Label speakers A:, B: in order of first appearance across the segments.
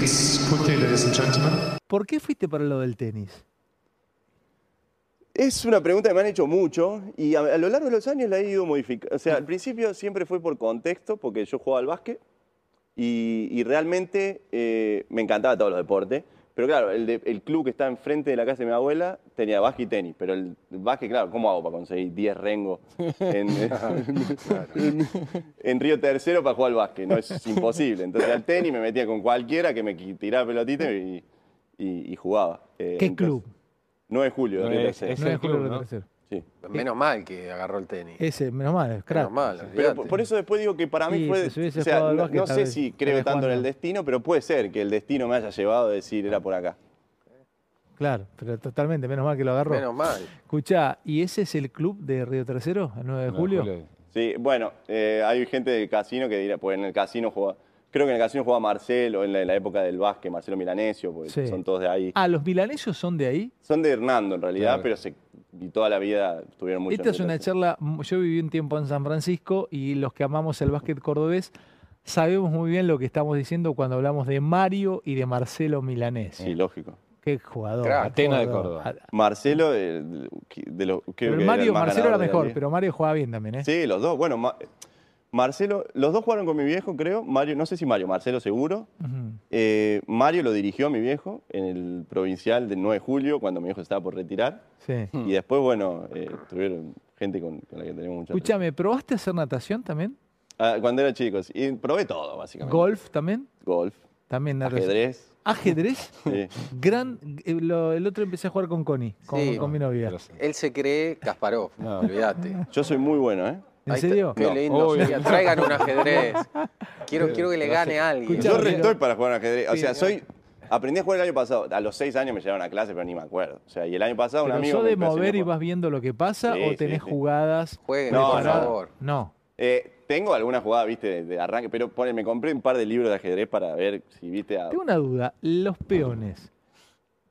A: quickly, ladies and gentlemen.
B: ¿Por qué fuiste para lo del tenis?
C: Es una pregunta que me han hecho mucho y a, a lo largo de los años la he ido modificando. O sea, al principio siempre fue por contexto, porque yo jugaba al básquet y, y realmente eh, me encantaba todos los deportes. Pero claro, el, de- el club que está enfrente de la casa de mi abuela tenía básquet y tenis. Pero el básquet, claro, ¿cómo hago para conseguir 10 rengos en, en- en Río Tercero para jugar al básquet? No, es imposible. Entonces al tenis me metía con cualquiera que me qui- tiraba pelotita y, y- y jugaba. Eh,
B: ¿Qué
C: entonces,
B: club?
C: 9 de julio de
D: No
C: Río
D: es-
C: Tercero.
D: es-
B: No
D: el
B: es Julio
D: club, ¿no?
B: Tercero.
C: Sí.
B: Eh,
E: Menos mal que agarró el tenis.
B: Ese, menos mal, es crack.
E: Menos mal.
C: Pero
E: olvídate.
C: por, por eso después digo que para mí
B: Sí,
C: fue.
B: si se hubiese
C: o sea,
B: jugado al
C: no,
B: básquet,
C: no
B: tal
C: sé
B: vez
C: si
B: estaría
C: creo tanto en el
B: jugando.
C: destino, pero puede ser que el destino me haya llevado a decir era por acá.
B: Claro, pero totalmente, menos mal que lo agarró.
E: Menos mal.
B: Escuchá, ¿y ese es el club de Río Tercero, el 9 de julio?
C: Sí, bueno, eh, hay gente del casino que dirá, pues en el casino juega. Creo que en el casino juega Marcelo, en la, en la época del básquet, Marcelo Milanesio, porque
B: Sí.
C: son todos de ahí.
B: Ah, ¿los milanesos son de ahí?
C: Son de Hernando en realidad,
D: Claro.
C: pero se, y toda la vida estuvieron mucho.
B: Esta
C: en
B: es una
C: relación.
B: charla, mm, yo viví un tiempo en San Francisco y los que amamos el básquet cordobés sabemos muy bien lo que estamos diciendo cuando hablamos de Mario y de Marcelo Milanés.
C: Sí, lógico.
B: Qué jugador.
E: Crack,
D: Atena de
B: gordo.
D: Córdoba.
B: Ah,
C: Marcelo, eh, de,
B: Pero
C: los. creo que era
B: Mario,
C: el más
B: Marcelo era
C: ganador de la
B: mejor,
C: liga.
B: pero Mario jugaba bien también, ¿eh?
C: Sí, los dos. Bueno, Ma- Marcelo, los dos jugaron con mi viejo, creo. Mario, no sé si Mario, Marcelo seguro.
B: Ujú.
C: Eh, Mario lo dirigió a mi viejo en el provincial del 9 de julio, cuando mi viejo estaba por retirar.
B: Sí.
C: Y después, bueno, eh, tuvieron gente con, con la que tenemos mucha relación.
B: Escúchame, ¿probaste hacer natación también?
C: Ah, Cuando era chico, sí. y probé todo, básicamente.
B: ¿Golf también?
C: Golf,
B: También natación.
C: ajedrez.
B: ¿Ajedrez?
C: sí.
B: Gran. eh, lo- el otro empecé a jugar con Connie, con,
E: Sí.
B: con mi novia.
D: Pero-
E: Él se cree Kasparov.
D: No.
E: Olvídate.
C: Yo soy muy bueno, ¿eh?
B: ¿En
E: Ahí está-
B: serio?
E: Qué
C: No.
E: lindo.
D: Uy.
E: sería. Traigan un ajedrez. Quiero, quiero que le gane a alguien.
B: Escuchá,
C: Yo re
B: pero-
C: estoy para jugar ajedrez. O sea, soy. Aprendí a jugar el año pasado. A los seis años me llevaron a clase, pero ni me acuerdo. O sea, y el año pasado un
B: ¿Pero
C: amigo.
B: sos
C: me
B: de
C: empezó a
B: mover y
C: jugar.
B: vas viendo lo que pasa
C: Sí,
B: o
C: sí,
B: tenés
C: sí.
B: jugadas?
E: Jueguen,
C: No,
E: por
C: no.
E: favor.
B: No.
C: Eh, tengo alguna jugada, viste, de, de arranque, pero pone, me compré un par de libros de ajedrez para ver si viste a.
B: Tengo una duda. Los peones,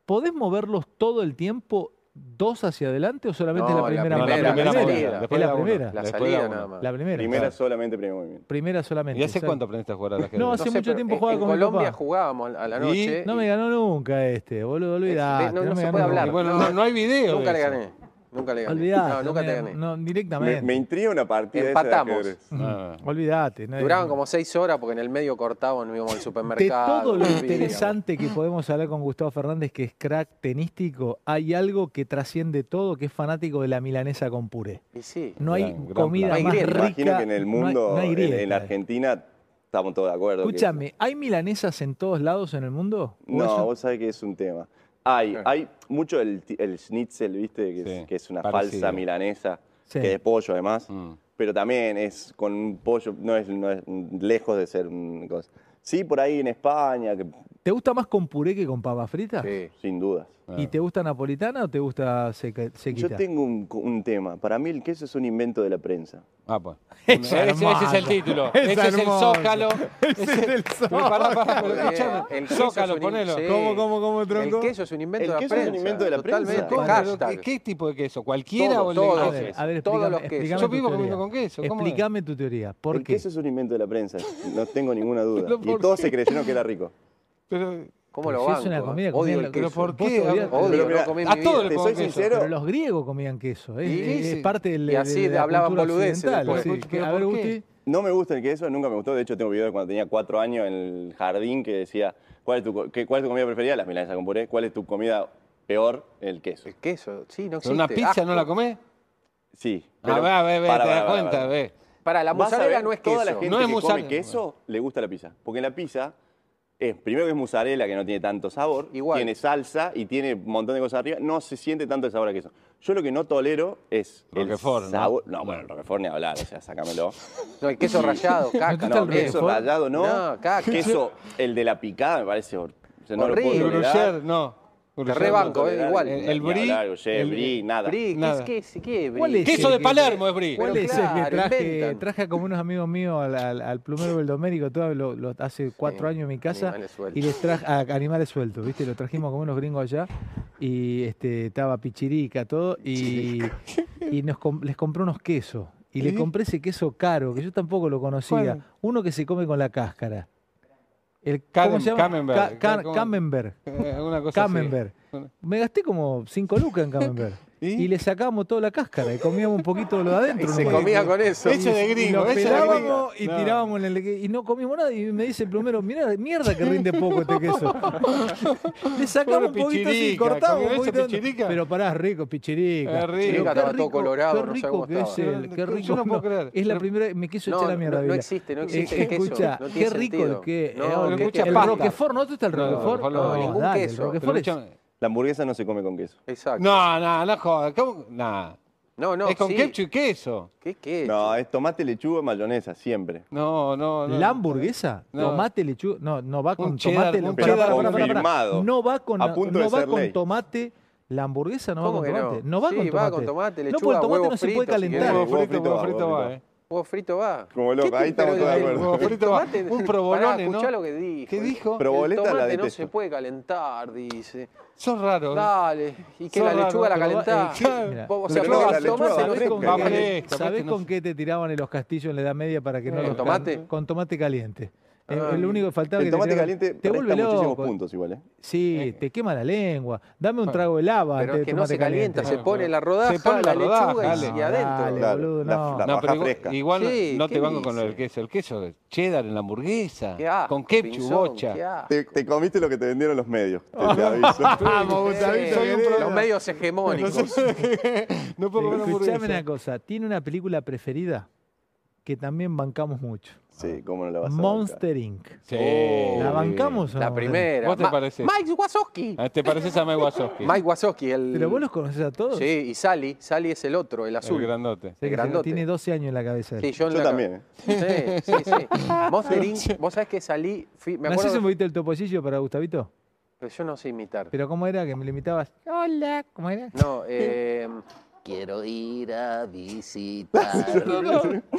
B: ¿podés moverlos todo el tiempo dos hacia adelante o solamente
E: No,
B: la
E: la
B: primera?
D: No,
E: primera,
B: la
E: la
B: primera.
E: salida.
B: Es
D: después
B: la
D: da uno,
B: primera.
E: La
D: después
E: salida
D: da uno.
E: nada más.
B: La primera.
C: Primera
B: claro.
C: solamente primer movimiento.
B: Primera solamente.
D: ¿Y hace
B: exacto.
D: cuánto aprendiste a jugar al ajedrez?
B: No, hace mucho
E: pero
B: tiempo
E: en-
B: jugaba
E: en
B: con mi
E: Colombia
B: papá.
E: jugábamos a la
D: ¿Y?
E: noche.
B: No me ganó nunca este, boludo. Olvidate.
E: no- no
B: me
E: se
B: ganó
E: puede
B: nunca.
E: hablar.
D: Y bueno, no, no hay video.
E: Nunca
D: de
E: le
D: eso.
E: gané. Nunca le gané.
B: Olvidate.
E: no, nunca
B: me
E: te
B: ganó-
E: gané.
B: No,
C: Me,
B: directamente.
C: me intriga una partida esa de
E: Empatamos.
C: ajedrez.
D: No, no.
B: Olvidate. no-
E: Duraban como seis horas porque en el medio cortaban, íbamos al
B: De
E: supermercado.
B: todo lo
E: volvíamos.
B: interesante que podemos hablar con Gustavo Fernández, que es crack tenístico, hay algo que trasciende todo, que es fanático de la milanesa con puré.
E: Y sí.
B: No hay
D: Gran- gran
B: comida
E: plan.
B: más
E: No hay
B: rica.
E: grieta.
C: Imagino que en el
B: no hay-
C: mundo,
B: no hay
C: en- en,
B: grieta.
C: Argentina, estamos todos de acuerdo. que-
B: Escúchame, ¿hay milanesas en todos lados en el mundo? ¿O
C: No,
B: eso-
C: vos sabés que es un tema. Hay, hay mucho el, ti- el schnitzel, ¿viste? Que, es,
D: Eh. Sí,
C: que es una
D: parecido.
C: falsa milanesa,
B: Sí.
C: que es de pollo además.
D: Mm.
C: Pero también es con un pollo, no es, no es lejos de ser un cosa. Sí, por ahí en España, que,
B: ¿Te gusta más con puré que con papa frita?
E: Sí.
C: sin dudas.
D: Ah.
B: ¿Y te gusta napolitana o te gusta seca- sequita?
C: Yo tengo un, un tema. Para mí el queso es un invento de la prensa.
D: Ah, pues.
B: Es
D: ese, ese es
B: hermoso.
D: el título.
B: Es
D: ese es el
B: hermoso.
D: zócalo. ese es el zócalo. Pará, pará, pero
E: Porque
D: escuchame.
E: el queso es
D: Zócalo,
E: un in-
D: ponelo.
E: sí.
B: ¿Cómo, cómo, cómo, tronco?
E: El queso es un invento
C: El
E: de la
C: queso
E: prensa.
C: es un invento de la prensa.
E: Totalmente.
D: ¿Cómo? Pero ¿qué,
E: Hashtag.
D: qué tipo de queso? ¿Cualquiera
E: Todo,
D: o el
E: todo.
B: A
D: de
B: ver,
D: queso?
B: a ver,
E: Todos
B: explícame,
E: los quesos.
B: explícame
D: Yo
B: tu
D: vivo
B: teoría.
D: comiendo con queso, ¿cómo es?
B: Explícame tu teoría. ¿Por
C: el
B: qué?
C: queso es un invento de la prensa, no tengo ninguna duda.
D: Pero,
C: y
D: ¿por
C: todos
D: qué?
C: se creyeron que era rico.
D: Pero,
E: ¿Cómo
B: Pero
E: lo
B: si
E: banco?
B: es una comida,
E: Odio
B: comida-
E: el
D: pero
E: queso.
D: ¿por
B: Vos
D: qué?
B: todavía-
D: A-
E: Odio,
C: Pero
E: no
C: mira,
E: comí en
D: a
E: mi
D: todo
E: vida.
D: le
C: Te
D: pongo
C: soy
D: queso.
C: sincero.
B: Pero los griegos comían queso, es,
E: Y
B: es
E: sí.
B: parte del.
E: Y así
B: de la
E: hablaban
B: cultura
E: boludeces
B: occidental,
E: después.
B: sí.
D: Pero,
B: Que-
D: pero
B: a ver,
D: ¿por qué?
B: Gusti.
C: No me gusta el queso, nunca me gustó. De hecho, tengo videos de cuando tenía cuatro años en el jardín que decía, ¿cuál es tu, co- qué- cuál es tu comida preferida? Las milanesas con puré. ¿Cuál es tu comida peor? El queso.
E: El queso, sí, no existe.
D: ¿pero una pizza
E: Asco.
D: no la comés?
C: Sí.
D: a ver, a ver, Ah, ve,
C: Para, para,
D: te das
C: para,
D: cuenta,
C: para.
D: ve.
E: Para la
C: Vas a
E: mozzarella
C: ver,
E: no es queso.
C: toda la gente
D: No es
C: que
D: mozzarella.
C: come queso le gusta la pizza. Porque en la pizza es, primero que es mozzarella, que no tiene tanto sabor.
E: Igual.
C: Tiene salsa y tiene un montón de cosas arriba. No se siente tanto el sabor a queso. Yo lo que no tolero es
D: Roquefort,
C: el
D: ¿no?
C: sabor. No, bueno, el Roquefort ni hablar, o sea, sácamelo.
E: No, el queso rallado, caca.
B: gusta
C: No,
B: el
C: queso
B: Roquefort?
C: rallado no.
E: No, caca.
C: Queso, el de la picada me parece hor- o sea, no lo puedo
E: Horrible.
D: El
C: tolerar.
D: gruyère, no.
E: Te
D: Gruyère,
E: rebanco,
C: no,
E: eh,
C: no,
E: igual.
D: no,
C: El,
D: El brie,
C: el
D: el-
C: brie, nada.
E: Brie, ¿qué
D: Nada.
E: es- qué es- qué es brie?
B: ¿Cuál es?
D: Queso de
B: Sí,
D: Palermo es brie.
B: ¿Cuál
E: Pero
B: es el que
E: claro,
B: traje,
E: inventan.
B: traje como unos amigos míos al, al- al plumero del Domérico todo lo, lo- hace cuatro años en mi casa
E: animales
B: y
E: sueltos.
B: les traje a, animales sueltos, ¿viste? Lo trajimos como unos gringos allá y este, estaba pichirica, todo, y, y nos com- les compré unos quesos. Y le compré ese queso caro, que yo tampoco lo conocía.
D: ¿Cuál?
B: Uno que se come con la cáscara. El,
D: Cadem-
B: ¿Cómo se llama?
D: Camembert.
B: Ca- Ca-
D: ¿Cómo?
B: Camembert.
D: Eh, una cosa así.
B: Camembert.
D: Bueno.
B: Me gasté como 5 lucas en Camembert.
D: ¿Y?
B: ¿Y? le sacamos toda la cáscara y comíamos un poquito lo de adentro.
E: Y se
B: nomás.
E: comía con eso.
D: Hecho de
B: Y
D: gringo,
B: lo
D: hecho de gringo.
B: pelábamos y tirábamos en el y no comimos nada. Y me dice el plomero, mira, mierda que rinde poco este queso. Le sacamos un
D: Pobre
B: poquito así,
D: pichirica,
B: cortamos un
D: ¿comió eso,
B: poquito.
D: pichirica?
B: Pero pará, rico, pichirica.
D: Es rico.
B: Pero
D: Pichirica
B: qué
E: estaba todo colorado,
B: qué
E: no sé
B: rico
E: cómo
B: que es
E: estaba.
B: el,
D: Yo
B: qué rico.
D: no puedo creer.
B: Es la
D: Pero-
B: primera vez me quiso
E: No,
B: echar la
E: no-
B: mierda.
E: no
B: Vila.
E: existe, no
B: Eh,
E: existe el queso,
B: Escucha,
E: no tiene
B: qué rico el
E: sentido.
B: que.
E: No,
B: eh,
D: pero
B: que-
D: escucha,
B: el
D: pasta.
B: Roquefort, ¿no? ¿Tú está el
D: No,
B: Roquefort?
D: Roquefort no, ningún
B: dale, el
E: queso.
D: Pero
B: Roquefort es-
D: escúchame,
C: La hamburguesa no se come con queso.
E: Exacto.
D: No, no, no jodas. ¿cómo? Nah.
E: no, no,
D: es con
E: sí.
D: ketchup y queso.
E: ¿Qué qué?
C: No, es tomate, lechuga, mayonesa, siempre.
D: No, no, no.
B: La hamburguesa,
D: No.
B: tomate, lechuga. No, no va con
D: cheddar,
B: tomate.
D: un
B: lechuga.
C: cheddar confirmado.
B: No va con,
C: A punto
B: no
C: de
B: va
C: ser
B: con
C: ley.
B: tomate. La hamburguesa no va
E: ¿Cómo
B: con
E: que no?
B: tomate. No va
E: Sí,
B: con tomate.
E: va con tomate,
B: no,
E: lechuga,
B: porque el tomate
E: huevo
B: no se puede
E: frito, si
B: calentar.
E: querés.
D: Huevo
C: Huevo
D: frito,
C: frito
D: huevo
C: va,
D: frito
C: huevo
D: va,
C: frito.
D: eh.
E: Huevo frito va.
C: Como loco, ahí estamos todos de
E: el-
C: acuerdo.
D: Huevo frito va.
E: tomate-
D: Un
E: pará,
D: provolone,
E: escuchá
D: ¿no?
E: lo que dijo.
D: ¿Qué
E: El-
D: dijo?
C: Provoleta
E: el
C: la
E: tomate no
C: detesto.
E: se puede calentar, dice.
D: Son raros. eh.
E: Dale, y que
D: Sos
E: la
D: raro,
E: lechuga la
D: pero va-
E: calentá.
D: eh, claro.
B: Mira.
E: Vos- O sea,
C: Pero no,
E: vos
C: la
E: el tomate
C: lechuga
E: no es
C: fresca.
E: con
C: Va
E: calen-
D: fresca. Capaz
B: ¿Sabés
D: que no
B: con
D: se-
B: qué te tiraban en los castillos en la Edad Media para que no
D: ¿Con
B: los cal-
E: Eh, tomate? Ah,
B: Con tomate caliente. Eh,
E: Ay.
B: el único que faltaba
C: El
B: que te
C: tomate
B: tiraban-
C: caliente
B: te vuelve
C: presta muchísimos
B: loco.
C: puntos igual, ¿eh?
B: Sí, te quema la lengua. Dame un trago de lava
E: Ah. Pero
B: antes
E: es que
B: de
E: no
B: tomate
E: se calienta,
B: caliente.
E: se pone la rodaja,
D: Se pone
E: la,
D: la rodaja,
E: lechuga y-
D: dale.
E: y adentro.
B: Dale,
C: Claro,
B: boludo,
C: la-
B: no.
C: la-
D: No, pero
C: raja
D: igual,
C: fresca.
D: igual no-
E: Sí,
D: no
E: ¿qué
D: te van con el
E: dice?
D: queso. El queso de cheddar en la hamburguesa.
E: Qué asco,
D: con ketchup,
E: pinzón, qué
D: bocha.
E: asco.
C: Te, te comiste lo que te vendieron los medios, te, te aviso.
D: Vamos,
E: Sí,
D: Gustavito, soy un
E: Los
D: problema.
E: medios hegemónicos.
D: No puedo comer
B: Escuchame
D: hamburguesa.
B: una cosa, tiene una película preferida que también bancamos mucho.
C: Sí, cómo no la vas a bancar?
B: Monster Inc.
D: Sí.
E: Oh.
B: ¿La bancamos o no?
E: La primera.
D: ¿Vos te
E: Ma-
D: pareces?
E: Mike Wazowski.
D: Ah, ¿Te pareces a Mike Wazowski?
E: Mike Wazowski, el.
B: ¿Pero vos los conoces a todos?
E: Sí, y Sally. Sally es el otro, el
D: El
E: azul.
D: grandote.
B: Sé que se-
E: grandote.
B: tiene 12 años en la cabeza.
E: Sí, yo en
C: Yo
E: la-
C: también, ¿eh?
E: Sí, sí, sí. Monster Inc. Vos sabés que salí. fui- me
B: ¿Me haces
E: acuerdo.
B: un poquito el topollillo para Gustavito?
E: Pero yo no sé imitar.
B: ¿Pero cómo era que me limitabas? Hola, ¿cómo era?
E: No, eh. Quiero ir a visitar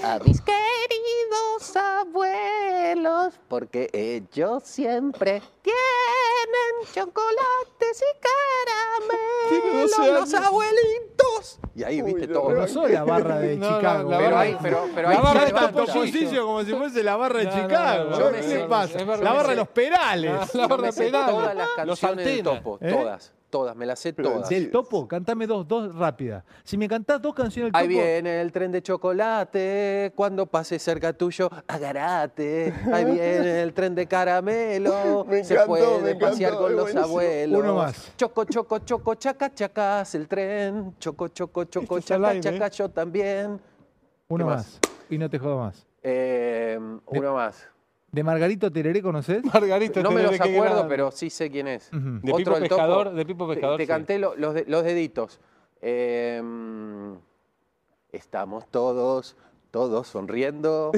E: a mis queridos abuelos porque ellos siempre tienen chocolates y
D: Tiene 12
E: caramelos.
D: años.
E: Los abuelitos. Y ahí
C: Uy,
E: viste
C: no,
E: todo.
B: Pero no soy la barra de
D: No, no,
B: Chicago.
D: la
B: boludo.
E: Pero ahí, pero, pero ahí
D: La barra
E: se
D: está
E: levanta.
D: topollillo.
B: como si fuese la barra de
D: No, no, no,
E: no, yo me sé,
D: es verdad, yo me sé.
B: perales.
E: Yo
D: La
E: me
D: barra
E: sé
D: penal.
E: todas las canciones
D: Los
E: del
D: antenas.
E: topo,
B: ¿Eh?
E: todas, todas, me las sé
C: Pero en
E: todas.
C: serio.
B: Del topo, cantame dos, dos rápidas. Si me cantás dos canciones del
E: Ahí
B: topo,
E: viene el tren de chocolate, cuando pase cerca tuyo, agarate. Ahí viene el tren de caramelo,
C: Me
E: se
C: encantó, me
E: puede
C: encantó,
E: pasear con
C: es
E: los
C: buenísimo.
E: abuelos.
B: Uno más.
E: Choco, choco, choco, chaca, chacas, el tren. Choco, choco, choco,
D: Esto es al
E: chaca,
D: aire,
E: chaca,
D: ¿eh?
E: yo también.
B: uno
E: ¿qué
B: más.
E: más?
B: Y no te jodo más.
E: Eh, uno más.
B: ¿De Margarito Tereré conoces?
D: Margarita,
E: No me
D: tenés
E: los
D: que
E: acuerdo,
D: ganar.
E: pero sí sé quién es.
B: Ujú.
D: De
E: Otro
D: Pipo
E: del
D: Pescador,
E: topo.
D: de Pipo
E: Te-
D: Pescador,
E: Te,
D: sí.
E: canté lo- los, de- los deditos. Em, estamos todos, todos sonriendo,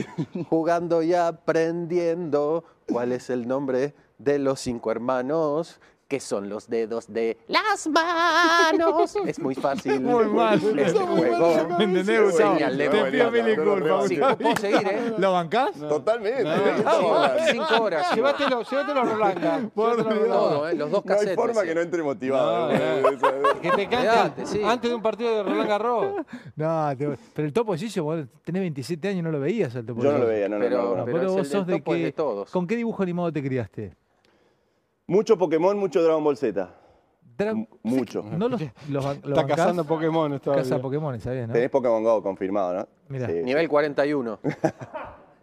E: jugando y aprendiendo cuál es el nombre de los cinco hermanos. Que son los dedos de las manos. Es muy fácil.
D: Muy mal,
E: Este
D: está muy mal
E: juego.
D: esa
B: ¿Me entendés, Gustavo?
E: Señalé
B: Te pido
C: buena,
B: mil
C: no, no,
B: disculpas,
C: no,
E: Sí,
B: Gustavo.
E: ¿puedo seguir, eh?
B: ¿Lo bancás?
C: Totalmente.
D: No.
C: ¿eh?
E: Cinco
C: No,
E: horas, cinco horas.
D: Llévatelo, llévatelo a Rolanda. Llévatelo a
C: Por
D: Rolanda.
E: Todo, eh, Los dos
C: No hay
E: cassettes,
C: forma que
E: decía.
C: no entre motivado.
D: No,
C: ¿eh?
D: no.
C: Eso, ¿eh?
D: Que te
E: Quedate,
D: canten
E: sí.
D: antes de un partido de Roland Garros.
B: No, te- pero el topo Gillo, vos tenés 27 años y no lo veías al topo
C: Yo no
B: Gillo.
C: lo veía, no, no,
E: Pero-
C: no, no.
B: Bueno, pero
E: es
B: vos
E: el del
B: sos de
E: topo, es
B: que-
E: de todos.
B: ¿Con qué dibujo animado te criaste?
C: Mucho Pokémon, mucho Dragon Ball Z.
B: Dra-
C: M- mucho.
B: ¿No los, los, ban- los
D: Está
B: bancás?
D: cazando Pokémon esta
B: Caza Pokémon, ¿sabías, no?
C: Tenés Pokémon GO confirmado, ¿no?
B: Mirá.
C: Sí.
E: Nivel 41.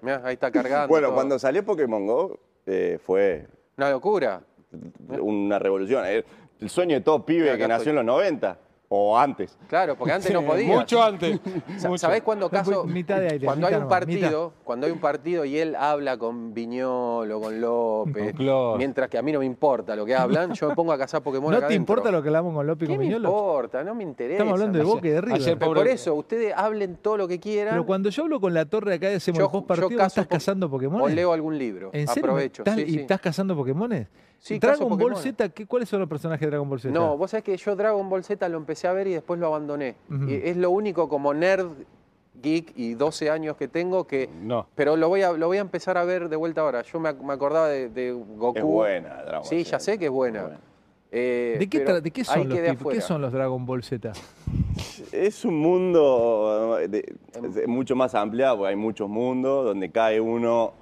E: Mirá, ahí está cargando.
C: Bueno,
E: todo.
C: cuando salió Pokémon GO eh, fue
E: Una locura.
C: una revolución. eh, El sueño de todo pibe
E: Acá
C: que nació
E: estoy.
C: en los 90 o antes.
E: Claro, porque antes no podía.
D: Mucho antes.
E: Sa-
D: mucho.
E: ¿Sabés cuando
B: Fue
E: caso?
B: mitad de aire,
E: cuando
B: mitad
E: hay un
B: nomás,
E: partido, cuando hay un partido y él habla con Viñolo, con López,
D: Con Clos.
E: mientras que a mí no me importa lo que hablan, yo me pongo a cazar Pokémon
B: ¿No
E: acá
B: te importa
E: adentro.
B: lo que hablamos con López y
E: ¿Qué
B: con
E: me
B: Viñolo?
E: importa? No me interesa.
B: Estamos hablando de
D: Ayer-
B: Boca y de River.
D: ayer
E: Pero Por eso, ustedes hablen todo lo que quieran.
B: Pero cuando yo hablo con la torre acá y hacemos
E: Yo-
B: los dos
E: yo
B: partidos, ¿vos
E: cazo
B: ¿estás
E: po-
B: cazando Pokémon?
E: o leo algún libro.
B: ¿En serio?
E: Aprovecho.
B: ¿Estás-
E: sí,
B: ¿Y
E: sí.
B: estás cazando Pokémones?
E: Sí,
B: ¿Dragon
E: cazo
B: Ball
E: Pokémones.
B: Z? ¿qué- ¿Cuáles son los personajes de Dragon Ball Z?
E: No, vos sabés que yo Dragon Ball Z lo empecé a ver y después lo abandoné.
B: Ujú.
E: Y es lo único como nerd, geek y 12 años que tengo que...
D: No.
E: Pero lo voy a, lo voy a empezar a ver de vuelta ahora. Yo me, ac- me acordaba de, de Goku.
C: Es buena Dragon Ball
E: Sí,
C: Z.
E: ya sé que es buena. Eh,
B: ¿De qué,
E: pero
B: tra- de qué
E: ahí
B: son los
E: quedé
B: tipos? ¿Qué
E: afuera.
B: son los Dragon Ball Z?
C: Es un
E: Em.
C: mundo eh, de- de- mucho más ampliado, porque hay muchos mundos donde cae uno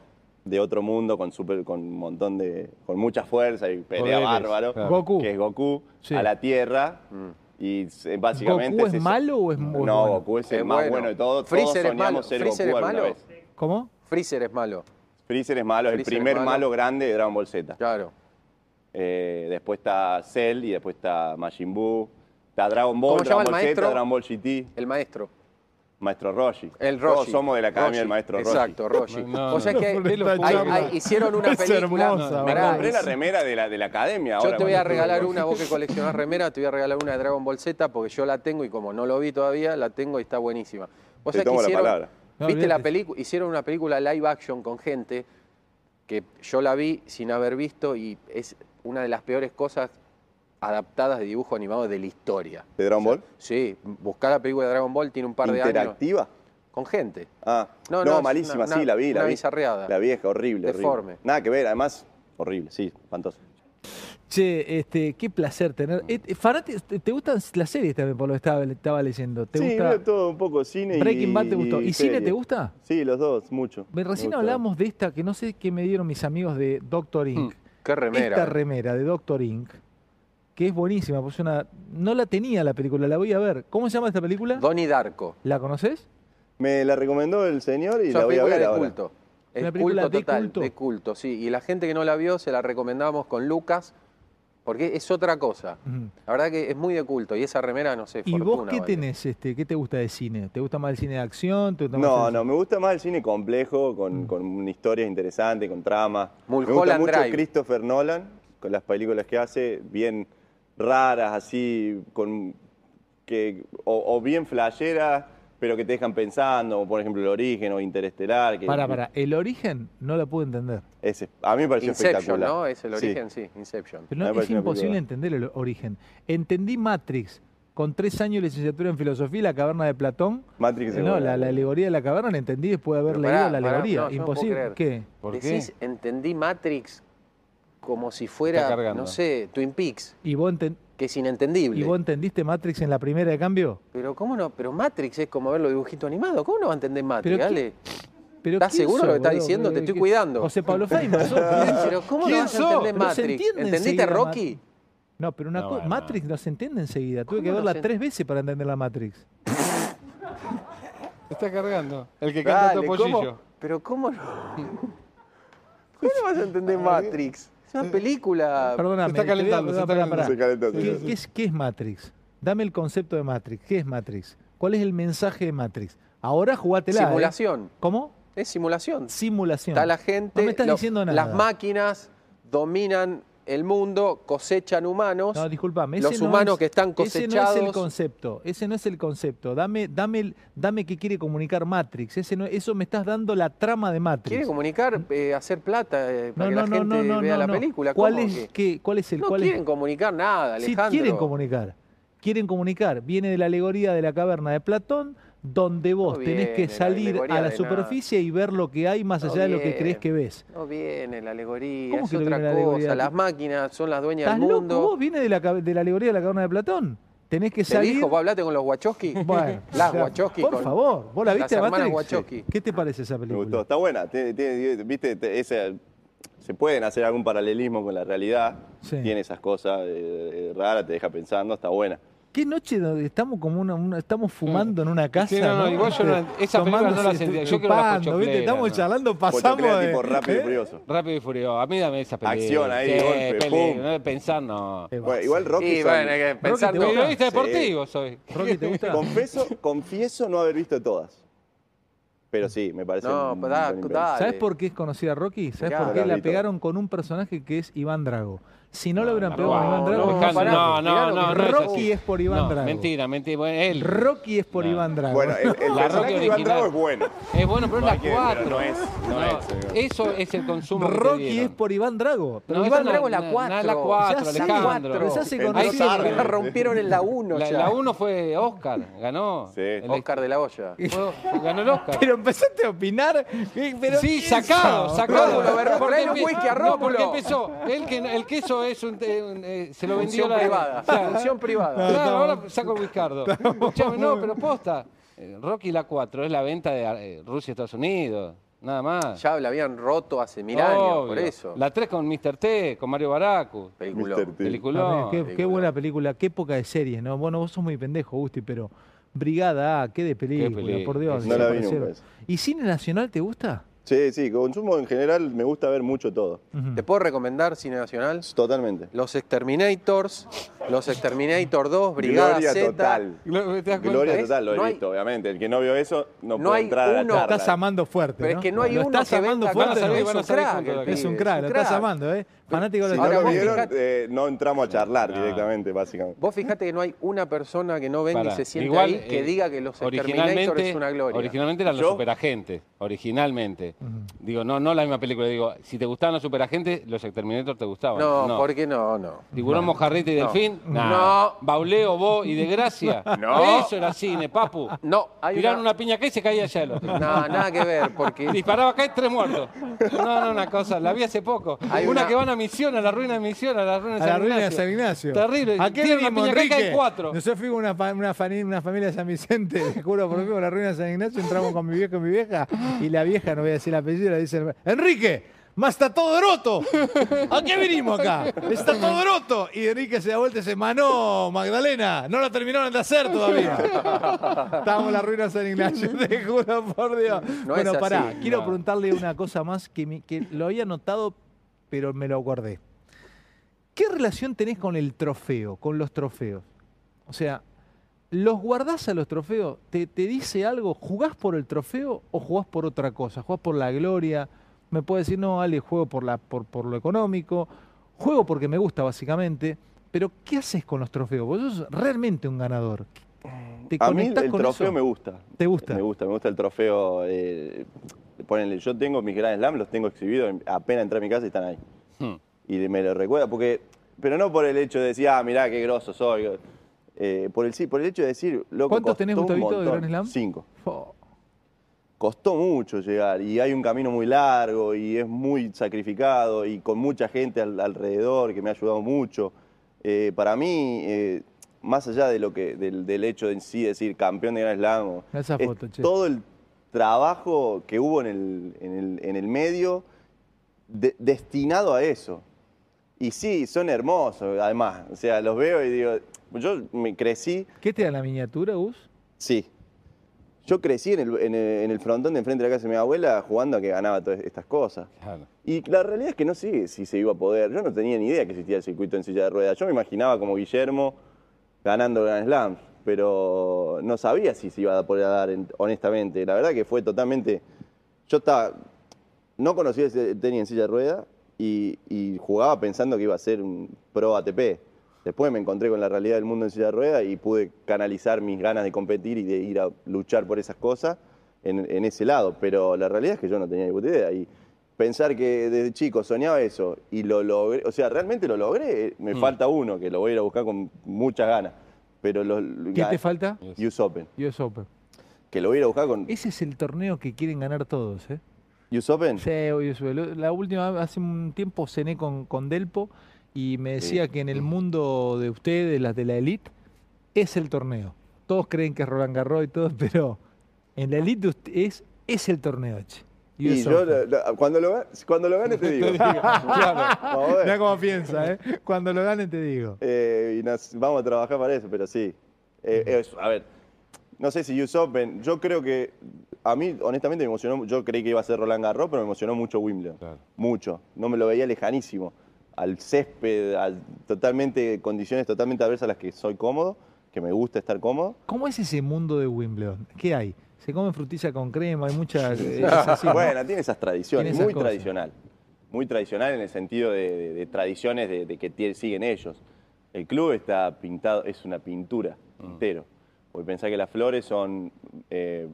C: de otro mundo con, super, con un montón de. con mucha fuerza y pelea
D: Poderes,
C: bárbaro.
D: claro.
B: Goku.
C: Que es Goku
B: Sí.
C: a la Tierra.
E: Mm.
C: Y se- básicamente.
B: ¿Goku es
C: se-
B: malo o es
C: No,
B: bueno?
C: Goku es el
E: Es
C: más
E: bueno.
C: bueno. de todos. Todos
E: Freezer es
C: soñamos
E: malo.
C: ser
E: Freezer
C: Goku
E: es
C: alguna
E: malo.
C: vez.
B: ¿Cómo?
E: Freezer es malo,
C: Freezer es malo, es el
E: Freezer es
C: primer
E: malo.
C: malo. grande de Dragon Ball Z.
E: claro.
C: Eh, después está Cell y después está Majin Buu. Está Dragon Ball,
E: ¿Cómo se llama
C: Dragon Ball
E: el maestro?
C: Z, Dragon Ball GT,
E: El maestro.
C: Maestro Roshi.
E: El
C: Todos
E: Roshi.
C: somos de la Academia
E: Roshi.
C: del Maestro Roshi.
E: Exacto, Roshi.
D: No, no,
E: o sea
D: no,
E: que
D: por esta
E: hay-
D: charla.
E: hay- hicieron una
B: Es
E: película.
B: hermosa,
E: Pará,
C: Me compré la
E: hici-
C: remera de la, de la Academia ahora.
E: Yo te voy a
C: cuando-
E: regalar una, vos que coleccionás remera, te voy a regalar una de Dragon Ball Z porque yo la tengo y como no lo vi todavía, la tengo y está buenísima. Vos
C: Te
E: sabés que
C: tomo la
E: hicieron,
C: palabra.
B: No,
E: ¿viste la
B: olvídate.
E: película? Hicieron una película live action con gente que yo la vi sin haber visto y es una de las peores cosas adaptadas de dibujo animado de la historia.
C: ¿De Dragon Ball?
E: Sí, buscar la película de Dragon Ball tiene un par de años
C: ¿Interactiva?
E: con gente.
C: Ah,
E: No,
C: no,
E: no, es
C: malísima,
E: una-
C: sí, la vi. La
E: una
C: vi.
E: bizarreada.
C: La vieja, horrible. horrible.
E: Deforme.
C: Nada que ver, además, horrible, sí, espantoso.
B: Che, este, qué placer tener. eh, eh, Farate, ¿te- ¿te gustan las series también por lo que estaba, estaba leyendo? ¿Te
C: sí,
B: gusta?
C: veo todo un poco, cine y-
B: Breaking Bad te gustó. ¿Y cine
C: serie.
B: te gusta?
C: Sí, los dos, mucho.
B: Me- Recién
C: gusta.
B: hablábamos de esta, que no sé qué me dieron mis amigos de Doctor Inc.
E: Qué Hmm. remera.
B: Mm. Esta remera de Doctor Inc., que es buenísima, pues una, no la tenía la película, la voy a ver. ¿Cómo se llama esta película?
E: Donnie Darko.
B: ¿La conoces?
C: Me la recomendó el señor y
E: Es una
C: la voy a
E: película
C: ver
E: de
C: ahora.
E: culto. Es
B: Una película
E: culto
B: de
E: total,
B: culto.
E: de culto, sí. Y la gente que no la vio se la recomendamos con Lucas, porque es otra cosa.
B: Ujú.
E: La verdad que es muy de culto y esa remera, no sé,
B: ¿Y vos
E: fortuna,
B: qué
E: vale.
B: tenés? Este, ¿Qué te gusta de cine? ¿Te gusta más el cine de acción? ¿Te gusta más
C: No,
B: el-
C: no, me gusta más el cine complejo, con, con historias interesantes, con tramas. me gusta
E: Mulholland
C: mucho
E: Drive.
C: Christopher Nolan, con las películas que hace, bien raras, así, con que o, o bien flasheras, pero que te dejan pensando, como por ejemplo El Origen o Interestelar. Que,
B: Para, para, el origen no la pude entender.
C: Ese, a mí me pareció
E: Inception,
C: espectacular.
E: ¿no? Es el
C: Sí.
E: origen, sí, Inception.
B: Pero no,
C: Me
B: es
C: parece una
B: imposible
C: película.
B: entender el origen. Entendí Matrix con tres años de licenciatura en filosofía y la caverna de Platón.
C: Matrix.
B: Eh, No, la, la alegoría de la caverna la entendí después de haber
E: Pero
B: leído
E: pará,
B: la
E: pará,
B: alegoría.
E: no, yo no puedo
B: imposible.
E: creer.
B: ¿Qué?
D: ¿Por qué?
E: Decís, entendí Matrix como si
D: Está
E: fuera,
D: cargando.
E: no sé, Twin Peaks,
B: ¿Y vos, enten-
E: que es
B: ¿Y
E: inentendible.
B: vos entendiste Matrix en la primera de cambio?
E: Pero cómo no, pero Matrix es como ver los dibujitos animados, ¿cómo no va a entender Matrix?
B: Pero
E: Ale?
B: Pero
E: ¿Estás
B: ¿quién
E: seguro
B: sos,
E: lo que estás
B: boludo?
E: diciendo?
B: ¿Qué-
E: Te estoy
B: qué-
E: cuidando.
B: José Pablo Feynman. sos.
E: Pero ¿cómo no
D: ¿Quién
E: vas a
D: sos?
E: entender
B: Pero se
E: Matrix?
B: entiende
E: ¿Entendiste
B: enseguida, Mat-
E: Rocky?
B: No, pero una
D: No,
B: cosa.
D: bueno.
B: Matrix no se entiende enseguida. Tuve
E: ¿Cómo
B: que
E: no
B: verla
E: se-
B: tres veces para entender la Matrix.
D: Está cargando. El que canta
E: Dale,
D: Topollillo.
E: ¿cómo? Pero ¿cómo no? ¿Cómo no vas a entender
B: ¿eh?
E: Matrix? Es una película.
B: Perdóname.
D: está
B: te voy a-
D: calentando, se
B: pará,
D: está
B: pará,
D: calentando.
B: pará.
C: Se calentó, se
B: ¿Qué,
C: calentó.
B: qué es, qué es Matrix? Dame el concepto de Matrix. ¿Qué es Matrix? ¿Cuál es el mensaje de Matrix? Ahora jugátela. ¿eh?
E: Simulación.
B: ¿Cómo?
E: Es simulación.
B: Simulación.
E: Está la gente.
B: ¿eh? No me estás
E: lo-
B: diciendo nada.
E: Las máquinas dominan el mundo, cosechan humanos.
B: No, disculpame. ese
E: Los
B: no
E: humanos
B: es-
E: que
B: Ese
E: están
B: no es el
E: cosechados.
B: concepto. Ese no es el concepto. Dame, dame, el- dame qué quiere comunicar Matrix. Ese no, eso me estás dando la trama de
E: Quiere
B: Matrix.
E: comunicar, eh, hacer plata eh,
B: no,
E: para
B: no,
E: que la
B: no,
E: gente
B: no, no,
E: vea
B: no,
E: la
B: no.
E: película.
B: ¿Cuál
E: ¿Cómo
B: es,
E: que?
B: qué- ¿Cuál es el
E: No
B: cuál es-
E: quieren comunicar nada,
B: Sí,
E: Alejandro.
B: quieren comunicar. Quieren comunicar. Viene de la alegoría de la caverna de Platón, donde vos tenés
E: viene
B: que
E: la
B: salir
E: alegoría
B: a la
E: de
B: superficie y ver lo que hay más
E: No
B: allá de lo que
E: viene.
B: crees que ves.
E: No viene la alegoría,
B: ¿Cómo
E: es
B: que no
E: otra
B: viene la
E: cosa.
B: alegoría?
E: Las máquinas son las dueñas
B: ¿Estás
E: del
B: loco?
E: mundo.
B: Vos viene de la, ca- de la alegoría de la caverna de Platón. Tenés que
E: ¿Te
B: salir.
E: dijo? ¿Vos hablaste con los Wachowski?
B: Bueno,
E: las
B: o sea,
E: Wachowski.
B: Por
E: con-
B: favor, ¿vos la
E: las
B: viste a
E: hermanas
B: Matrix?
E: Wachowski.
B: ¿Qué te parece esa
C: Me
B: película?
C: gustó, está buena. tiene- tiene- Viste, te- ese- se pueden hacer algún paralelismo con la realidad.
B: Sí.
C: Tiene esas cosas eh, eh, raras, te deja pensando, está buena.
B: ¿Qué noche donde estamos como una, una- estamos fumando en una casa?
D: Sí, no, no, igual yo no- esa película no la
B: Tomándose,
D: sentía, yo quiero la
B: chupando, ¿viste?
D: pochoclera,
B: Estamos
D: ¿no?
B: charlando, pasamos
C: Pochoclera
B: de...
C: tipo rápido y
B: ¿eh?
C: furioso.
D: Rápido y furioso. A mí dame esa pelea.
C: Acción ahí,
D: Sí,
C: golpe,
D: pelea,
C: pum.
D: No pensar, no.
B: Eh,
C: Bueno, igual Rocky
E: Y
C: son-
E: bueno, hay que pensar
B: ¿te
E: todo.
B: gusta?
D: Periodista deportivo soy.
B: Rocky, ¿te gusta?
C: confieso, confieso no haber visto todas. Pero sí, me parece.
E: No,
C: un-
E: pues da-
C: un buen
E: da-
B: ¿Sabes
E: Dale.
B: por qué es conocida Rocky? ¿Sabes
E: Mirá.
B: por qué
C: Mirá,
B: la
C: Lito.
B: pegaron con un personaje que es Iván Drago? Si no, la hubieran pegado con
E: no,
B: Iván Drago,
E: no,
B: no,
E: Alejandro,
B: pará.
D: no, no, no, no es así.
B: Rocky es por Iván
D: No,
B: Drago.
D: Mentira, mentira. Bueno, él.
B: Rocky es por
D: No.
B: Iván Drago.
C: Bueno, el, el
D: La Rocky
C: personaje de Iván
D: original.
C: Drago es bueno.
D: Es bueno, pero es
C: No
D: la
C: hay que- pero
D: 4.
C: no es- no es, digamos.
D: Eso es el consumo. que te
B: Rocky
D: dieron.
B: es por Iván Drago. Pero
D: No,
B: Iván
D: esa no-
E: Drago es la
D: no, no,
E: cuatro.
D: es la 4,
B: Ya sé,
D: Alejandro.
B: pero ya se
C: Entró
B: conoce.
C: tarde.
E: La rompieron en la 1
D: La,
E: ya.
D: la 1 fue Oscar, ganó.
C: Sí.
D: El-
E: Oscar de la olla.
D: fue- ganó el Oscar.
B: Pero empezaste a opinar. eh, pero
D: sí,
B: ¿qué
D: sacado,
B: es?
D: sacado.
E: Rómulo, ver- traele un
D: empe-
E: whisky a
D: no, porque
E: Rómulo.
D: empezó. El que, el que eso es un, eh, un, eh, se lo vendió
E: Función
D: la
E: privada.
D: Claro,
E: Función privada.
D: claro, ahora saco Wiscardo. Escuchame, no, pero posta. eh, Rocky la 4 es la venta de eh, Rusia y Estados Unidos. Nada más.
E: Ya la habían roto hace mil años, por
D: Obvio.
E: eso.
D: La 3 con Mr. T, con Mario Baracu.
E: Peliculón.
C: Mr. T.
D: Peliculón.
B: qué, qué
E: película.
B: buena película, qué época de series, ¿no? Bueno, vos sos muy pendejo, Gusti, pero Brigada A, qué de película,
D: película.
B: por Dios.
C: No la vi
B: desaparecieron.
C: nunca esa.
B: ¿Y cine nacional te gusta?
C: Sí, sí, consumo en general, me gusta ver mucho todo.
B: Ujú.
E: ¿Te puedo recomendar Cine Nacional?
C: Totalmente.
E: Los Exterminators, Los Exterminator 2, Brigada
C: Gloria
E: Z.
C: total.
D: Glo- ¿te das cuenta?
C: Gloria
E: ¿Ves?
C: total, lo he
E: No hay-
C: visto, obviamente. El que no vio eso no,
E: No
C: puede
E: hay
C: entrar a la
E: uno-
C: charla.
B: Estás amando fuerte.
E: Pero es que no hay
B: Lo
E: uno
B: estás
E: que
B: amando
E: venga
D: Van a
B: fuerte. ¿no?
D: salir, van a
E: Es un
D: salir
E: crack
D: juntos de
E: el
D: aquí.
B: Es un
E: Es
B: crack,
E: un
B: lo estás
E: crack.
B: amando, ¿eh? Fanático de
C: Si
B: la
E: Ahora
C: no lo
E: vos
B: tecnología.
C: vieron,
E: fijate-
C: eh, no entramos a charlar
D: No.
C: directamente, básicamente.
E: Vos fijate que no hay una persona que no venga
D: Pará.
E: y se siente
D: Igual,
E: ahí que
D: eh,
E: diga que Los Exterminator
D: originalmente-
E: es una gloria.
D: Originalmente eran los
C: Yo-
D: superagentes. Originalmente. Digo, no, no la misma película. Digo, si te gustaban los superagentes, los Exterminator te gustaban.
E: No, porque no, no.
D: Tiburón Mojarrita y
E: No.
D: Delfín.
E: No.
D: Nah. Bauleo, vos y de gracia.
E: No.
D: Eso era cine, papu.
E: No, hay
D: Tiraron
E: una-
D: una piña acá y se caía allá el otro.
E: No, nada que ver, porque
D: Disparaba acá y tres muertos. No, no, una cosa. La vi hace poco.
E: Hay
D: una,
E: una-
D: que van a misión, a la ruina de misión, a la ruina de
B: A
D: San
B: la ruina de
D: Ignacio.
B: San Ignacio.
D: Terrible.
B: ¿A qué
D: Tiran una
B: venimos,
D: piña acá y
B: Enrique?
D: caen cuatro.
B: Nosotros fuimos una, fa- una, fani- una familia de San Vicente, te juro por mí, por la ruina de San Ignacio, entramos con mi viejo y mi vieja, y la vieja, no voy a decir el apellido, le dice, Enrique, más está todo roto. ¿A qué vinimos acá? Está todo roto. Y Enrique se da vuelta y dice, Mano, Magdalena, no la terminaron de hacer todavía. Estábamos en la ruina de San Ignacio, te juro por Dios.
E: No
B: bueno,
E: es así,
B: pará,
E: no.
B: quiero preguntarle una cosa más que, me- que lo había notado, pero me lo acordé. ¿Qué relación tenés con el trofeo, con los trofeos? O sea, ¿los guardás a los trofeos? ¿Te, te dice algo? ¿Jugás por el trofeo o jugás por otra cosa? ¿Jugás por la gloria? Me puede decir, no, Ale, juego por, la, por, por lo económico, juego porque me gusta, básicamente. Pero, ¿qué haces con los trofeos? Vos sos realmente un ganador. ¿Te
C: Mm, A mí
B: conectás
C: el
B: con
C: trofeo
B: eso?
C: me gusta.
B: ¿Te gusta?
C: Me gusta, me gusta el trofeo. eh, ponele, yo tengo mis Grand Slam, los tengo exhibidos, en- apenas entré a mi casa y están ahí.
D: Hmm.
C: Y me lo recuerda, porque, pero no por el hecho de decir, ah, mirá qué grosso soy. eh, por, el, sí, por el hecho de decir, loco,
B: ¿Cuántos tenés,
C: costó un
B: Gustavito, de
C: montón.
B: Grand Slam?
C: Cinco.
B: Fo.
C: Costó mucho llegar y hay un camino muy largo y es muy sacrificado y con mucha gente al- alrededor que me ha ayudado mucho. Eh, para mí, eh, más allá de lo que, del, del hecho en sí decir campeón de Gran Slam, o-
B: Esa
C: es
B: foto, che.
C: todo el trabajo que hubo en el, en el- en el medio de- destinado a eso. Y sí, son hermosos, además. O sea, los veo y digo, yo me crecí
B: ¿Qué te da la miniatura, Gus?
C: Sí. Yo crecí en el, en el- en el frontón de enfrente de la casa de mi abuela jugando a que ganaba todas estas cosas.
D: Claro.
C: Y la realidad es que no sé si se iba a poder. Yo no tenía ni idea que existía el circuito en silla de ruedas. Yo me imaginaba como Guillermo ganando Grand Slam, pero no sabía si se iba a poder dar, en- honestamente. La verdad que fue totalmente... Yo estaba... No conocía ese tenis en silla de ruedas y, y jugaba pensando que iba a ser un pro ATP. Después me encontré con la realidad del mundo en silla de ruedas y pude canalizar mis ganas de competir y de ir a luchar por esas cosas en, en ese lado. Pero la realidad es que yo no tenía ni puta idea. Y pensar que desde chico soñaba eso y lo logré, o sea, realmente lo logré. eh,
B: Mm.
C: Me falta uno que lo voy a ir a buscar con muchas ganas. Pero los,
B: ¿Qué te falta?
C: US Open.
B: US Open.
C: Que lo voy a ir a buscar con.
B: Ese es el torneo que quieren ganar todos, ¿eh?
C: ¿US Open?
B: Sí, hoy es velo- La última, vez, hace un tiempo cené con, con Delpo y me decía que en el mundo de ustedes, las de la elite, es el torneo. Todos creen que es Roland Garros y todo, pero en la elite de usted- es, es el torneo, che.
C: Y
B: US
C: yo,
B: Open.
C: la- la- cuando, lo, ga- cuando lo gane, te digo. Vamos a ver.
B: Mirá cómo piensa, ¿eh? Cuando lo ganen te digo.
C: Eh, y nos- vamos a trabajar para eso, pero sí. Eh, es- a ver, no sé si US Open, yo creo que, a mí honestamente me emocionó, yo creí que iba a ser Roland Garros, pero me emocionó mucho Wimbledon,
D: Claro.
C: mucho, no me lo veía lejanísimo, al césped, a totalmente, condiciones totalmente adversas a las que soy cómodo, que me gusta estar cómodo.
B: ¿Cómo es ese mundo de Wimbledon? ¿Qué hay? ¿Se come frutilla con crema? Hay muchas... eh, es así, ¿no?
C: bueno, tiene esas tradiciones,
B: Tiene esas
C: muy
B: cosas.
C: tradicional. Muy tradicional en el sentido de, de- de tradiciones de, de que tie- siguen ellos. El club está pintado, es una pintura
B: Mm.
C: entero. Porque pensá que las flores son eh,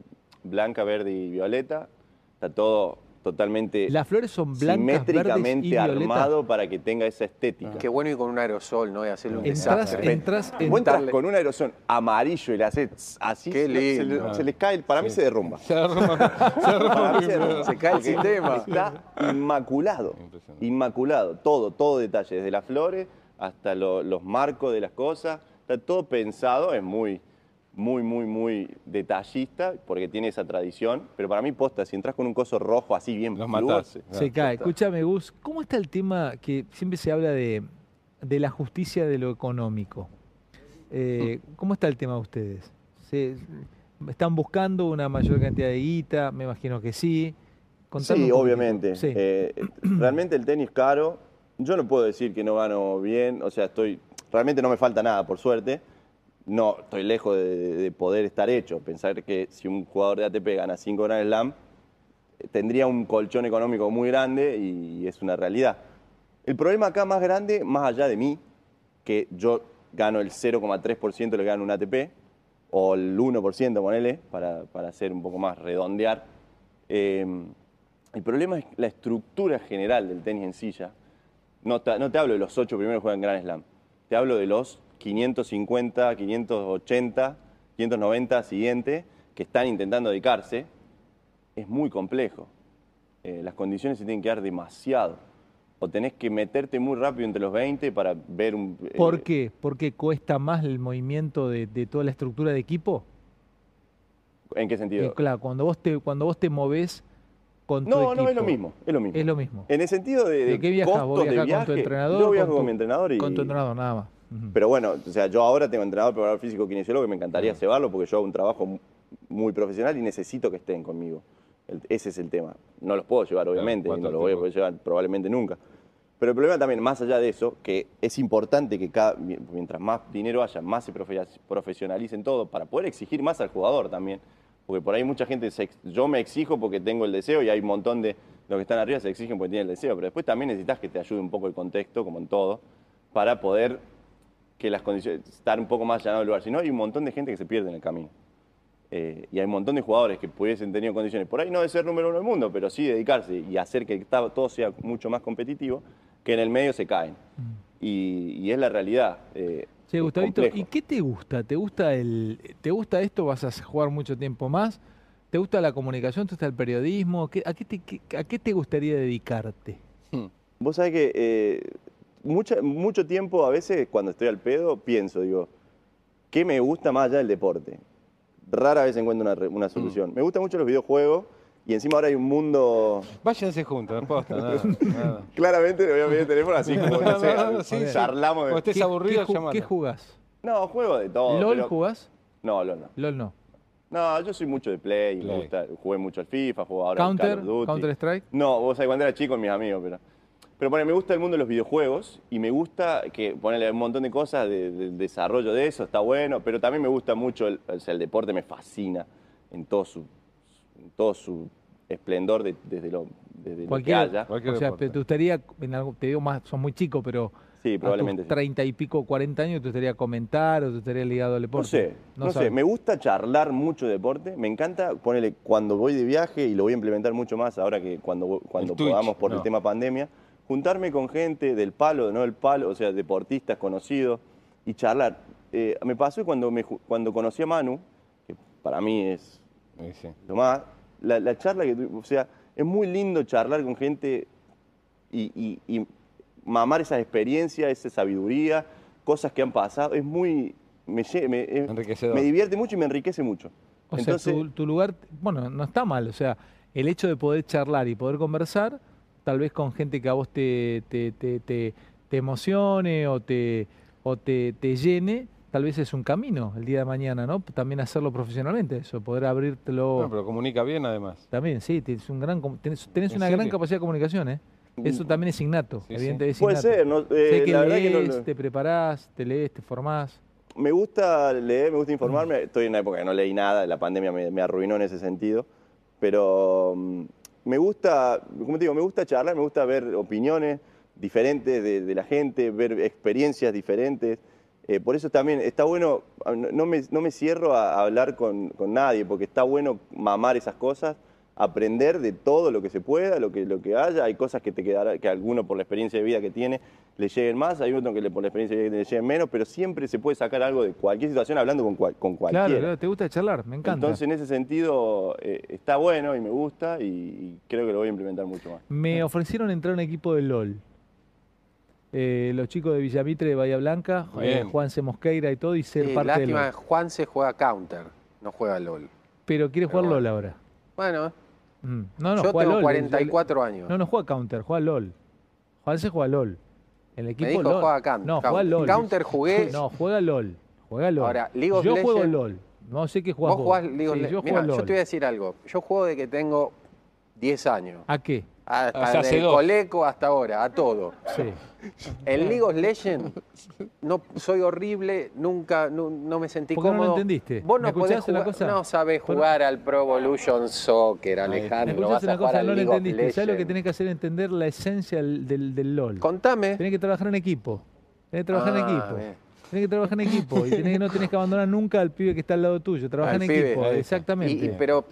C: blanca, verde y violeta. Está todo totalmente
B: Las flores son blancas, verdes y
C: simétricamente
B: violetas.
C: armado para que tenga esa estética.
E: Ah. qué bueno ir con un aerosol, ¿no? Y hacerle un
B: Entrás,
E: desastre.
B: entras,
C: Vos entras con un aerosol amarillo y le haces tss, así,
E: Qué
C: se le- se le-
E: lindo.
C: se les cae, el- para mí se derrumba.
D: Se agarró- se agarró
C: Para mí
D: un-
C: se derrumba.
E: Se cae el
C: Porque
E: sistema.
C: Está inmaculado.
D: Impresionante.
C: Inmaculado. Todo, todo detalle. Desde las flores hasta lo- los marcos de las cosas. Está todo pensado. Es muy, muy, muy, muy detallista, porque tiene esa tradición, pero para mí posta, si entras con un coso rojo así bien
D: Los
C: fluo,
D: matás.
C: se-
B: Se cae. Escúchame, Gus, ¿cómo está el tema que siempre se habla de, de la justicia de lo económico? Eh, ¿Cómo está el tema de ustedes? ¿Se- ¿Están buscando una mayor cantidad de guita? Me imagino que sí. Contame
C: Sí,
B: un poquito.
C: obviamente.
B: Sí.
C: Eh, realmente el tenis caro, yo no puedo decir que no gano bien, o sea, estoy, realmente no me falta nada, por suerte. No, estoy lejos de, de poder estar hecho. Pensar que si un jugador de ATP gana 5 Grand Slam, eh, tendría un colchón económico muy grande y, es una realidad. El problema acá más grande, más allá de mí, que yo gano el 0,3% de lo que gano un ATP, o el 1%, ponele, para, para hacer un poco más redondear. Eh, el problema es la estructura general del tenis en silla. No te, no te hablo de los ocho primeros que juegan Grand Slam. Te hablo de los 550, 580, 590 siguientes que están intentando dedicarse. Es muy complejo. Eh, las condiciones se tienen que dar demasiado. O tenés que meterte muy rápido entre los 20 para ver un... eh,
B: ¿Por qué? ¿Por qué cuesta más el movimiento de, de toda la estructura de equipo?
C: ¿En qué sentido?
B: Que, claro, cuando vos te, cuando vos te movés con tu
C: no, no, es
B: equipo,
C: lo mismo. Es lo mismo.
B: Es lo mismo.
C: En el sentido de, de
B: ¿De qué viajas? ¿Vos
C: costos de
B: viajás
C: viaje,
B: con tu entrenador?
C: yo viajo
B: tu-
C: con, mi entrenador y...
B: Con tu entrenador, nada más. Ujú.
C: Pero bueno, o sea, yo ahora tengo entrenador, preparador físico, kinesiólogo, que me encantaría llevarlo porque yo hago un trabajo mu- muy profesional y necesito que estén conmigo. El- ese es el tema. No los puedo llevar, obviamente, y
D: ¿cuánto
C: no los voy a
D: tiempo?
C: poder llevar probablemente nunca. Pero el problema también, más allá de eso, que es importante que cada, mi- mientras más dinero haya, más se profe- profesionalicen todo para poder exigir más al jugador también. Porque por ahí mucha gente, se ex- yo me exijo porque tengo el deseo y hay un montón de los que están arriba se exigen porque tienen el deseo, pero después también necesitas que te ayude un poco el contexto, como en todo, para poder que las condiciones, estar un poco más allanado del lugar. Si no, hay un montón de gente que se pierde en el camino. Eh, y hay un montón de jugadores que pudiesen tener condiciones, por ahí no de ser número uno del mundo, pero sí dedicarse y hacer que ta- todo sea mucho más competitivo, que en el medio se caen. Y, y es la realidad. eh,
B: Che,
C: es
B: Mm. Gustavito, ¿y
C: complejo.
B: qué te gusta? ¿Te gusta el, te gusta esto? ¿Vas a jugar mucho tiempo más? ¿Te gusta la comunicación? ¿Te gusta el periodismo? ¿Qué- a, qué te, qué- a qué te gustaría dedicarte?
C: Vos sabés que eh, mucha- mucho tiempo, a veces, cuando estoy al pedo, pienso, digo, ¿qué me gusta más allá del deporte? Rara vez encuentro una, re- una
B: Mm.
C: solución. Me gustan mucho los videojuegos y encima ahora hay un mundo...
D: Váyanse juntos, posta, nada, nada.
C: Claramente le voy a pedir el teléfono así como, no sé,
D: No, no, sí, sí.
C: charlamos de...
D: Cuando estés
B: ¿Qué-
D: aburrido,
B: ¿Qué, ju-
D: llamalo.
B: qué jugás?
C: No, juego de todo.
B: este ¿LOL
C: pero-
B: jugás?
C: No, LOL no.
B: LOL no.
C: No, yo soy mucho de play, me
D: Play.
C: gusta, jugué mucho al FIFA, juego ahora al
B: ¿Counter?
C: Call of Duty.
B: ¿Counter Strike?
C: No, vos sabés, cuando era chico con mis amigos, pero... Pero bueno, me gusta el mundo de los videojuegos y me gusta que ponerle un montón de cosas de- del desarrollo de eso, está bueno, pero también me gusta mucho, el, o sea, el deporte me fascina en todo su, en todo su esplendor de- desde, lo, desde lo que
B: Cualquiera.
C: haya.
D: Cualquier
B: o sea,
D: deporte.
B: te gustaría, en algo- te digo más, son muy chico, pero
C: Sí,
B: a
C: probablemente
B: tus
C: sí.
B: 30 y pico, 40 años, ¿te gustaría comentar o te gustaría ligado al
C: No
B: deporte?
C: sé, no, sé.
B: sabes.
C: Me gusta charlar mucho de deporte. Me encanta ponerle cuando voy de viaje y lo voy a implementar mucho más ahora que cuando, cuando
D: El Twitch,
C: podamos por
D: no.
C: el tema pandemia. Juntarme con gente del palo, no del palo, o sea, deportistas conocidos y charlar. Eh, me pasó cuando, me, ju- cuando conocí a Manu, que para mí es
D: Sí, sí.
C: lo más, la, la charla que tu- o sea, es muy lindo charlar con gente y, y- y mamar esas experiencias, esa sabiduría, cosas que han pasado, es muy, me, lle- me- eh,
D: Enriquecedor.
C: me divierte mucho y me enriquece mucho.
B: O
C: Entonces,
B: sea, tu, tu lugar, bueno, no está mal. O sea, el hecho de poder charlar y poder conversar, tal vez con gente que a vos te, te, te, te- te emocione o te, o te, te llene, tal vez es un camino el día de mañana, ¿no? También hacerlo profesionalmente, eso, poder abrírtelo.
D: Bueno, pero comunica bien además.
B: También, sí, tenés, un gran, com- tenés, tenés
D: ¿En
B: una gran
D: serio?
B: capacidad de comunicación, ¿eh? Eso también es innato,
D: Sí,
B: evidentemente.
C: Mm. puede ser, no, eh,
B: sé que
C: la verdad
B: lees,
C: que no lo-
B: te preparás, te lees, te formás.
C: me gusta leer, me gusta informarme. Estoy en una época que no leí nada, la pandemia me, me arruinó en ese sentido. Pero mm, me gusta, como te digo, me gusta charlar, me gusta ver opiniones diferentes de, de la gente, ver experiencias diferentes. Eh, por eso también está bueno, ah, no, no me, no me cierro a, a hablar con, con nadie, porque está bueno mamar esas cosas, aprender de todo lo que se pueda, lo que, lo que haya. Hay cosas que te quedará, que a alguno por la experiencia de vida que tiene le lleguen más, hay otro que le- por la experiencia de vida le lleguen menos, pero siempre se puede sacar algo de cualquier situación hablando con, cual- con cualquiera.
B: Claro, claro, te gusta charlar, me encanta.
C: Entonces, en ese sentido, eh, está bueno y me gusta y, y creo que lo voy a implementar mucho más.
B: Me ofrecieron entrar a un equipo de LOL. eh, los chicos de Villamitre de Bahía Blanca,
D: Muy
B: eh,
D: bien.
B: Juan C. Mosqueira y todo, y ser
E: Sí,
B: parte de
E: lástima,
B: LOL.
E: Juan se juega counter, no juega LOL.
B: Pero quiere jugar
E: Pero
B: LOL
E: bueno.
B: ahora.
E: Bueno,
B: Mm. No, no,
E: yo
B: juega
E: tengo
B: LOL.
E: 44 años.
B: No, no juega Counter, juega LOL. Juan se juega LOL. El equipo
E: Me dijo
B: LOL.
E: juega Counter.
B: No, juega
E: Counter.
B: LOL.
E: Counter jugué.
B: No, juega LOL. Juega LOL.
E: Ahora, League of
B: yo juego
E: Legends-
B: LOL. No sé qué jugás
E: Vos
B: vos.
E: jugás League of
B: Sí,
E: Le-
B: yo juego
E: Mirá,
B: LOL.
E: yo te voy a decir algo. Yo juego de que tengo 10 años.
B: ¿A qué?
E: Hasta
D: O sea, hace
E: del
D: dos.
E: coleco hasta ahora, a todo.
B: Sí.
E: En League of Legends no, soy horrible, nunca, nu- no, me sentí
B: Porque no lo
E: cómodo.
B: entendiste.
E: Vos
B: ¿Me
E: no podés
B: escuchás una
E: jugar,
B: cosa?
E: no sabés
B: Por-
E: jugar al Pro Evolution Soccer,
B: Me
E: Alejandro. No
B: escuchás
E: vas a
B: una
E: jugar
B: cosa,
E: al
B: no lo
E: League of
B: entendiste. ¿Sabes lo que
E: Legends.
B: tenés que hacer? Entender la esencia del, del- del LOL.
E: Contame.
B: Tenés que trabajar en equipo. Tenés que trabajar en
E: Ah,
B: equipo.
E: bien.
B: Tenés que trabajar en equipo. Y tenés, que- no tenés que abandonar nunca al pibe que está al lado tuyo. Trabaja
E: Al
B: en
E: pibe,
B: equipo.
E: ahí está.
B: Exactamente.
E: Y, y- pero,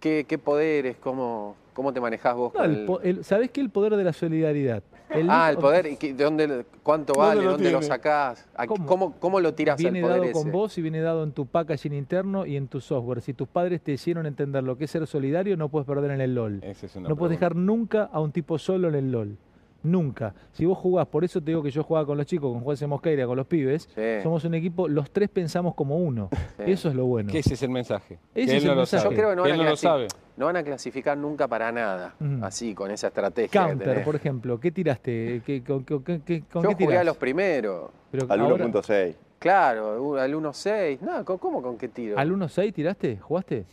E: ¿qué, qué poderes? ¿Cómo, ¿Cómo te manejás vos?
B: No,
E: con
B: el po- el- ¿Sabés qué? El poder de la solidaridad. El
E: Ah, el
B: League of-
E: poder. ¿y qué- dónde, ¿Cuánto vale? ¿Dónde,
C: lo
E: lo,
C: tiene?
E: sacás? ¿A-
B: ¿Cómo?
E: ¿Cómo? ¿Cómo, lo tiras al
B: Viene
E: poder
B: dado
E: ese?
B: con vos y viene dado en tu packaging interno y en tu software. Si tus padres te hicieron entender lo que es ser solidario, no puedes perder en el LOL.
E: Eh,
D: Esa es una
B: No puedes
D: pregunta.
B: dejar nunca a un tipo solo en el LOL. Nunca. Si vos jugás, por eso te digo que yo jugaba con los chicos, con Juan C. Mosqueira, con los pibes,
E: Sí.
B: somos un equipo, los tres pensamos como uno.
E: Sí.
B: Eso es lo bueno.
D: Que ese es el mensaje.
B: Ese
D: Que
B: es
D: él
B: el
D: no lo
B: mensaje.
D: sabe.
E: Yo creo que no
D: Que
E: van,
D: él
E: a
D: no lo
E: clasi-
D: sabe.
E: no van a clasificar nunca para nada,
B: Ujú.
E: así, con esa estrategia. que
B: Mm. Counter,
E: tenés.
B: por ejemplo. ¿Qué tiraste? ¿Qué- con, con- con- qué- con
E: Yo
B: qué
E: jugué
B: tirás?
E: a los primeros.
B: Pero
C: Al
B: ahora-
C: 1.6.
E: Claro, u- al 1-6. No, ¿cómo- ¿cómo con qué tiro?
B: ¿Al 1.6 tiraste? ¿Jugaste?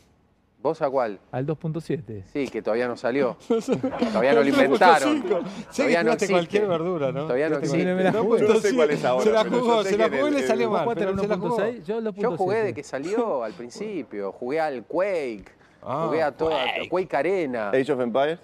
E: ¿Vos a cuál?
B: Al 2.7.
E: Sí, que todavía no salió. todavía no lo inventaron.
D: Sé que
E: Todavía no
D: tiraste
E: existe.
D: cualquier verdura, ¿no?
E: Todavía no
D: Tiraste cualquier-
B: existe.
D: No, pues,
C: Yo no sé cuál es ahora,
D: Se la
C: pero yo
D: jugó,
C: sé
D: se
C: que
D: la
C: en
D: jugó y
C: el-
D: le
C: el-
D: salió
C: Vos
D: mal.
B: ¿Vos jugaste
D: pero
B: al
D: se la jugó.
B: 1.6? Yo al 2.7.
E: Yo jugué de que salió al principio. Jugué al Quake.
D: Ah,
E: jugué a toda.
D: Quake.
E: Quake, Arena.
C: Age of Empires.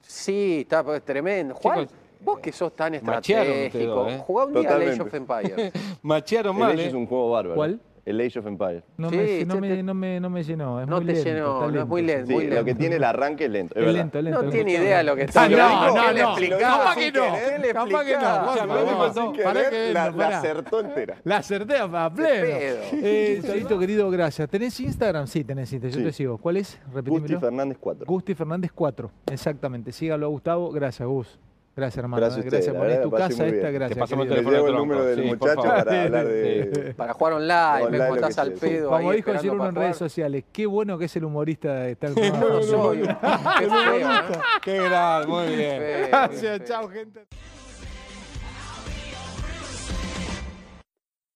E: Sí, está pues, tremendo. Juan,
D: Chicos,
E: vos que sos tan
D: machearon ustedes
E: estratégico,
D: dos, ¿eh?
E: jugá un día al Age of
C: Totalmente.
E: Empires.
D: Machearon
C: El
D: mal,
C: Age
D: ¿eh?
C: es un juego bárbaro.
B: ¿Cuál?
C: El Age of Empires.
B: No,
E: Sí,
B: me, no,
E: che,
B: me,
E: te-
B: no, me, no me llenó. Es
E: No
B: muy
E: te
B: lento,
E: llenó,
B: está
E: no, es
B: lento.
E: muy lento.
C: Sí, lo que tiene el arranque es lento. Es
B: Es
C: verdad.
B: lento, es lento.
E: No
B: es
E: tiene
B: lento.
E: idea lo que
B: Ah,
E: está
B: no, no,
E: ¿Qué le
B: no.
E: explicás?
C: Capaz
E: ¿Qué
C: que no,
E: le
B: capaz que no.
E: explicás?
B: Ya,
D: Pará que
B: vamos.
D: faltó.
B: Pará
C: Querer,
B: que venga,
C: la, la
B: pará.
C: acertó entera.
B: La acerté a- a pleno.
E: pedo.
B: Eh, Chavito querido, gracias. ¿Tenés Instagram? Sí, tenés Instagram. Yo
C: Sí.
B: te sigo. ¿Cuál es? Repetímelo.
C: Gusti Fernández 4.
B: Gusti Fernández 4. Exactamente. Sígalo a Gustavo. Gracias, Gus. Gracias, hermano.
C: Gracias a ustedes, la
B: por
C: verdad
B: tu
C: la pasé
B: casa
C: muy
B: esta.
C: bien.
D: Te
B: Gracias.
D: pasamos el
B: querido.
C: Les
D: teléfono
C: debo el
D: tronco.
C: número del
D: Sí, por
C: muchacho
D: favor.
C: para hablar de...
E: Para jugar online,
C: Online,
E: me
C: lo
E: encontrás
C: que
E: al
C: sea, sí.
E: pedo.
B: Como
E: ahí
B: dijo
E: esperando
B: ayer uno
E: para
B: en redes
E: jugar.
B: sociales, qué bueno que es el humorista de estar
E: No soy. Qué feo, ¿eh?
D: Qué grande, muy bien.
E: Qué feo, qué
B: Gracias,
E: feo.
B: chao, gente.